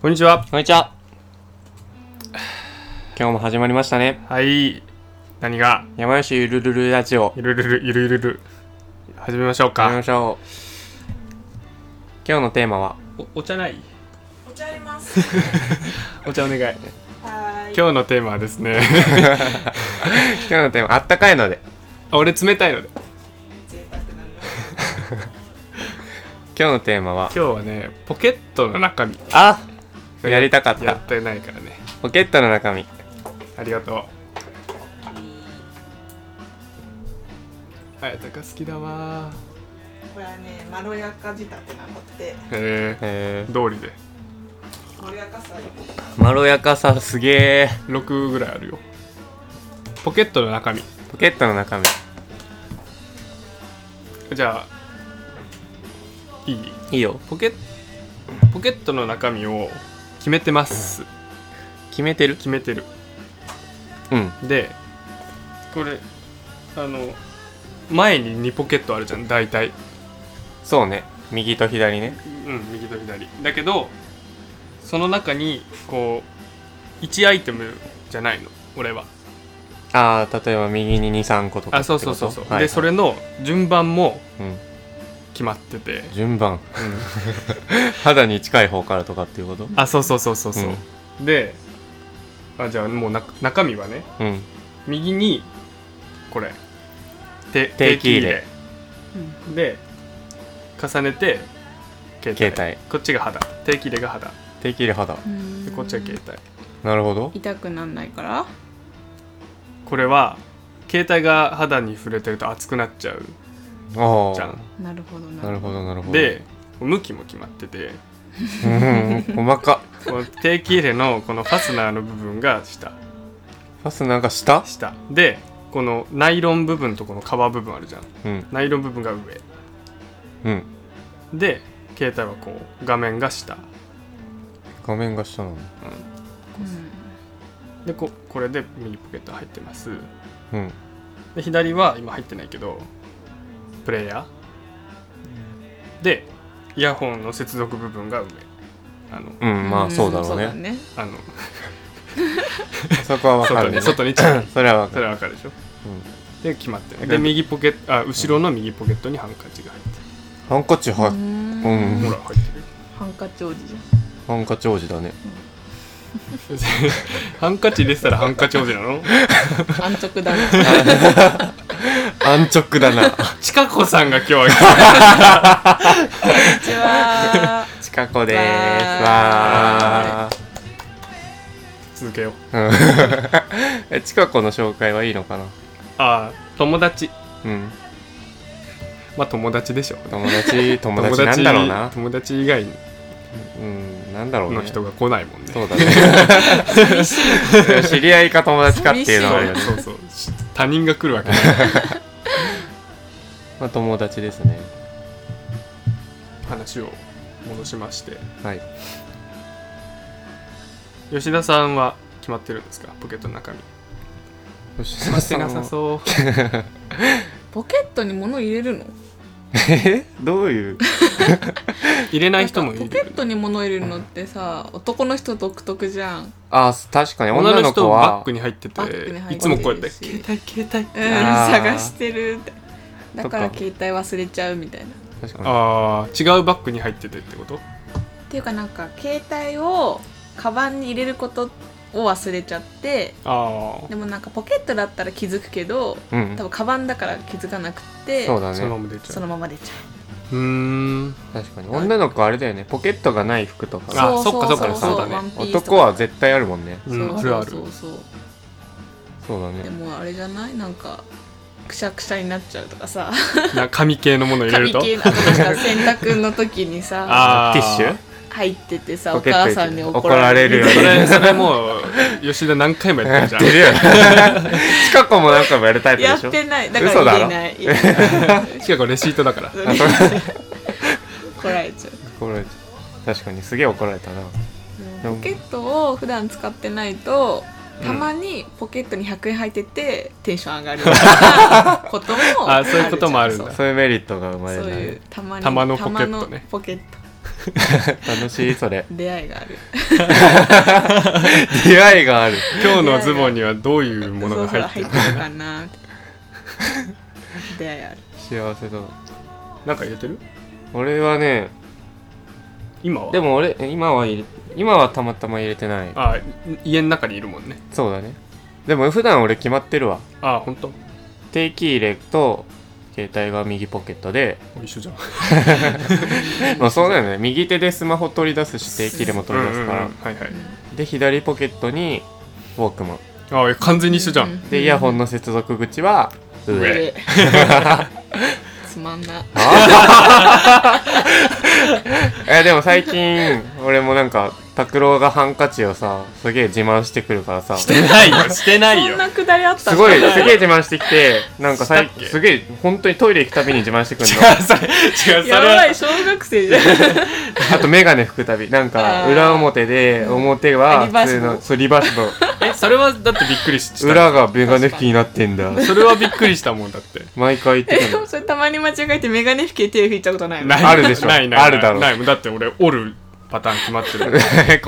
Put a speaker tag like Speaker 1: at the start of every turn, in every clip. Speaker 1: こんにちは。
Speaker 2: こんにちは。今日も始まりましたね。
Speaker 1: はい。何が、
Speaker 2: 山吉ゆるるるラジオ。
Speaker 1: ゆるるる、ゆるゆるる。始めましょう
Speaker 2: 始めま
Speaker 1: か。
Speaker 2: しょう。今日のテーマは、
Speaker 1: おお茶ない
Speaker 3: お茶あります。
Speaker 1: お茶お願い。
Speaker 3: はーい。
Speaker 1: 今日のテーマはですね、
Speaker 2: 今日のテーマ、あったかいので。
Speaker 1: あ俺冷たいので。
Speaker 3: 贅沢なの。
Speaker 2: 今日のテーマは、
Speaker 1: 今日はね、ポケットの中身。
Speaker 2: あやりたかっ
Speaker 1: や
Speaker 2: た
Speaker 1: っ。てないからね。
Speaker 2: ポケットの中身。
Speaker 1: ありがとう。あやたか好きだわ
Speaker 3: これはね、まろやか仕立てなのって、
Speaker 1: へえ。
Speaker 2: え
Speaker 1: 通りで。
Speaker 3: まろやかさより
Speaker 2: ー、まろやかさすげー。
Speaker 1: 6ぐらいあるよ。ポケットの中身。
Speaker 2: ポケットの中身。
Speaker 1: じゃあ、いい
Speaker 2: いいよ。
Speaker 1: ポケポケットの中身を決めてます
Speaker 2: 決めてる
Speaker 1: 決めてる
Speaker 2: うん。
Speaker 1: でこれあの前に2ポケットあるじゃん大体
Speaker 2: そうね。右と左ね。
Speaker 1: うん右と左だけどその中にこう1アイテムじゃないの俺は
Speaker 2: あー、例えば右に2、3個とか
Speaker 1: あ
Speaker 2: ってこ
Speaker 1: そう
Speaker 2: と。
Speaker 1: そうそうそう、
Speaker 2: はい
Speaker 1: でそれの順番も
Speaker 2: うん。
Speaker 1: 決まってて
Speaker 2: 順番。 肌に近い方からとかっていうこと
Speaker 1: あそうそうそうそうそう、であじゃあもうな中身はね
Speaker 2: うん。
Speaker 1: 右にこれて
Speaker 2: 定期入れ
Speaker 1: で重ねて携帯
Speaker 2: 携帯
Speaker 1: こっちが肌定期入れが肌
Speaker 2: できる肌。
Speaker 1: でこっちが携帯
Speaker 2: なるほど。
Speaker 3: 痛くなんないから。
Speaker 1: これは携帯が肌に触れてると熱くなっちゃう
Speaker 2: ああ。
Speaker 1: じゃん
Speaker 3: なるほどな
Speaker 2: なるほどなるほど
Speaker 1: で向きも決まってて
Speaker 2: うん細かっ
Speaker 1: この定期入れのこのファスナーの部分が下
Speaker 2: ファスナーが下
Speaker 1: 下でこのナイロン部分とこの革部分あるじゃん
Speaker 2: うん
Speaker 1: ナイロン部分が上
Speaker 2: うん
Speaker 1: で携帯はこう画面が下
Speaker 2: 画面が下なの
Speaker 1: でここれで右ポケット入ってます
Speaker 2: うん
Speaker 1: で左は今入ってないけどプレイヤーでイヤホンの接続部分が上あの
Speaker 2: うんまあそうだろうね,、そ
Speaker 3: ね。
Speaker 1: あの
Speaker 2: こは分か
Speaker 1: 外
Speaker 2: る
Speaker 1: に
Speaker 2: ね
Speaker 1: 外に近い
Speaker 2: それは分
Speaker 1: そ
Speaker 2: か
Speaker 1: れ
Speaker 2: る
Speaker 1: はわかるでしょ
Speaker 2: うん
Speaker 1: で決まってる
Speaker 2: だか
Speaker 1: で
Speaker 2: ら
Speaker 1: 右ポケットあ後ろの右ポケットにハンカチが入って
Speaker 2: ハンカチは
Speaker 3: うん
Speaker 2: うん
Speaker 1: るほら入ってる
Speaker 3: ハンカチ王子じゃん。
Speaker 2: ハンカチ王子だね
Speaker 1: ハンカチ入れてたらハンカチ王子なの
Speaker 3: 安 直だね。
Speaker 2: 安直だな
Speaker 1: ちかこさんが今日は
Speaker 3: こんにちは。
Speaker 2: 近子でーすわ
Speaker 3: わ
Speaker 1: 続けよう
Speaker 2: ーうん え近子の紹介はいいのかな
Speaker 1: ああ友達
Speaker 2: うん
Speaker 1: まあ友達でしょ
Speaker 2: 友達友達なんだろうな
Speaker 1: 友達以外
Speaker 2: うんなんだろうね
Speaker 1: の人が来ないもんね
Speaker 2: そうだ ね 知り合いか友達かっていうのはあるよね
Speaker 1: そうそうそう他人が来るわけない
Speaker 2: まあ友達ですね
Speaker 1: 話を戻しまして
Speaker 2: はい
Speaker 1: 吉田さんは決まってるんですかポケットの中身
Speaker 2: 吉
Speaker 1: 決まってなさそう
Speaker 3: ポケットに物入れるの？
Speaker 2: えどういう
Speaker 1: 入れない人もい
Speaker 3: なん
Speaker 1: る
Speaker 3: かポケットに物入れるのってさ、男の人独特じゃん。
Speaker 2: あ確かに
Speaker 1: 女の
Speaker 2: 女の
Speaker 1: 人
Speaker 2: 子
Speaker 1: バッ
Speaker 2: は
Speaker 1: グに入ってて
Speaker 3: バッグに入ってる
Speaker 1: いつもこうやって
Speaker 3: し
Speaker 1: 携帯携帯
Speaker 3: うん、
Speaker 2: あー
Speaker 3: 探してるって。だから
Speaker 2: そっか
Speaker 3: 携帯忘れちゃうみたいな。
Speaker 2: 確かに
Speaker 1: ああ違うバッグに入っててってこと
Speaker 3: っていうかなんか携帯をカバンに入れることを忘れちゃって
Speaker 1: あ
Speaker 3: でもなんかポケットだったら気づくけど
Speaker 2: うん
Speaker 3: 多分カバンだから気づかなくて
Speaker 2: そう
Speaker 1: あ
Speaker 2: だ
Speaker 1: そのまま
Speaker 2: ね
Speaker 1: 出ち
Speaker 3: そ
Speaker 1: ゃう
Speaker 3: のまま出ちゃ
Speaker 1: うーん
Speaker 2: 確かに女の子あれだよねポケットがない服と
Speaker 3: う
Speaker 2: か
Speaker 1: あそっかそっかそうだね
Speaker 3: ワンピースとか
Speaker 2: 男は絶対あるもんね
Speaker 1: うん
Speaker 3: そう
Speaker 1: あるある
Speaker 3: そうそうそ
Speaker 2: そ
Speaker 3: う
Speaker 2: うだね
Speaker 3: でもあれじゃないなんかくしゃくしゃになっちゃうとかさ
Speaker 1: な紙系のもの入れる
Speaker 3: 髪
Speaker 1: と
Speaker 3: 系のとかさ洗濯の時 にさ
Speaker 1: あー
Speaker 2: ティッシュ
Speaker 3: 入っててさお
Speaker 2: ポケット
Speaker 3: 母さんに怒
Speaker 2: 怒ら
Speaker 3: られ
Speaker 2: れる
Speaker 3: る
Speaker 2: よ
Speaker 1: それ
Speaker 2: ね
Speaker 1: それもう吉田何回もやってるじゃん
Speaker 2: 出るよね 近子もなんかもやるタイプ
Speaker 3: や
Speaker 2: で
Speaker 3: っ
Speaker 2: しょ
Speaker 3: てないだから入れない入れない
Speaker 1: しかもレシートだから
Speaker 3: 怒られちゃう
Speaker 2: 怒られちゃう確かにすげえ怒られたなでも
Speaker 3: ポケットを普段使ってないとたまにポケットに100円入っててテンション上がるみたい なことも
Speaker 1: あそういうこともあるんだ
Speaker 3: そう
Speaker 2: そういうメリットが生まれ
Speaker 3: そう
Speaker 2: る
Speaker 3: い
Speaker 2: ね
Speaker 3: うたまに
Speaker 1: 玉のポケットね
Speaker 3: 玉のポケット
Speaker 2: 楽しいそれ
Speaker 3: 出会いがある
Speaker 2: 出会いがある
Speaker 1: 今日のズボンにはどういうものが入ってる
Speaker 3: そうそう入ってるかなって出会い ある
Speaker 2: 幸せだ
Speaker 1: なんか入れてる
Speaker 2: 俺はね
Speaker 1: 今は
Speaker 2: でも俺今は入れ今はたまたま入れてない
Speaker 1: あ家の中にいるもんね
Speaker 2: そうだねでも普段俺決まってるわ
Speaker 1: あ本当
Speaker 2: 定期入れと携帯が右ポケットで、
Speaker 1: 一緒じゃん
Speaker 2: まあ、そうだよね右手でスマホ取り出すし定期入れも取り出すから、
Speaker 1: うんうんうんはいはい
Speaker 2: で左ポケットにウォークマン
Speaker 1: あえ完全に一緒じゃん
Speaker 2: でイヤホンの接続口は上
Speaker 3: 上 つまんな
Speaker 2: えでも最近俺もなんか拓郎がハンカチをさすげえ自慢してくるからさ
Speaker 1: してないよ してない
Speaker 3: そ
Speaker 1: よ
Speaker 3: んなくだりあった
Speaker 2: すごいす
Speaker 3: い
Speaker 2: げえ自慢してきてなんかさい
Speaker 1: したっけ
Speaker 2: すげえ本当にトイレ行くたびに自慢してくるの
Speaker 1: 違うそれ違うそれ
Speaker 3: やばい小学生 じゃん
Speaker 2: あと眼鏡拭くたびなん
Speaker 3: あ
Speaker 2: か
Speaker 3: ー
Speaker 2: 裏表で表は
Speaker 3: リバ
Speaker 2: 普
Speaker 3: ーシ
Speaker 2: 通
Speaker 3: ブル
Speaker 2: のそうリバー シブル
Speaker 1: えそれはだってびっくりした
Speaker 2: 裏が眼鏡拭きになってんだ
Speaker 1: それはびっくりしたもんだって
Speaker 2: 毎回言ってく
Speaker 3: え
Speaker 2: る
Speaker 3: それたまに間違えてメガネ拭きで手拭いたことないの
Speaker 1: ない
Speaker 2: あるでしょ
Speaker 1: ないないない
Speaker 2: あるだろう
Speaker 1: ないもんだって俺折るパターン決まって る
Speaker 2: の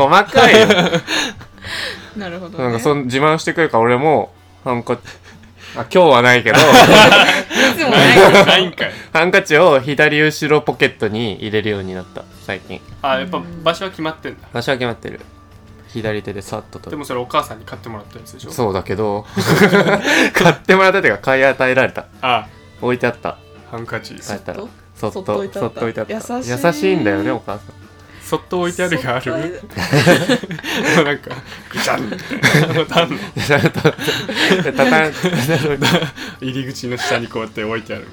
Speaker 2: 細かいよ
Speaker 3: なるほど、ね、
Speaker 2: なんかそん自慢してくるから俺もハンカチあ今日はない けど
Speaker 3: いつもない
Speaker 1: ないんかい
Speaker 2: ハンカチを左後ろポケットに入れるようになった最近
Speaker 1: あやっぱ場所は決まってんだ
Speaker 2: 場所は決まってる左手でさっと取
Speaker 1: で
Speaker 2: る
Speaker 1: もそれお母さんに買ってもらったやつでしょう
Speaker 2: そうだけ ど買ってもらったっていうか買い与えられた
Speaker 1: あ
Speaker 2: 置いてあった
Speaker 1: ハンカチ
Speaker 2: 帰ったら
Speaker 3: そ
Speaker 2: そ
Speaker 3: っ
Speaker 2: っ
Speaker 3: そ
Speaker 2: と
Speaker 3: っと置いてあ
Speaker 2: そ
Speaker 3: っ
Speaker 2: ったと置いてあった
Speaker 3: 優しい
Speaker 2: んだよねお母さん
Speaker 1: そっと置いてあるがあ
Speaker 3: そっと
Speaker 1: るなんかぐちゃんみたいなの あんの
Speaker 2: でちゃんとでたたん
Speaker 1: 入り口の下にこうやって置いてある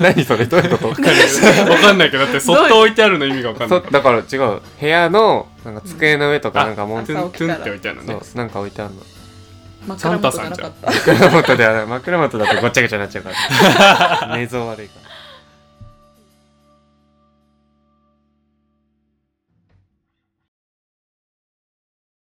Speaker 2: 何それどういうこと
Speaker 1: わかんないけどだってそっと置いてあるの意味がわかんな
Speaker 2: そ
Speaker 1: いから
Speaker 2: だから違う部屋のなんか机の上とかなんかもん
Speaker 1: ト
Speaker 2: そ
Speaker 3: 朝
Speaker 1: ゥン
Speaker 3: 起
Speaker 1: ト
Speaker 3: き
Speaker 1: ゥ
Speaker 3: たら
Speaker 1: ンって置いてあるのね
Speaker 2: うなんか置いてあるの
Speaker 3: 枕元じゃなかっ た
Speaker 2: 枕元ではない枕元だとごっちゃごちゃになっちゃうから寝相悪いから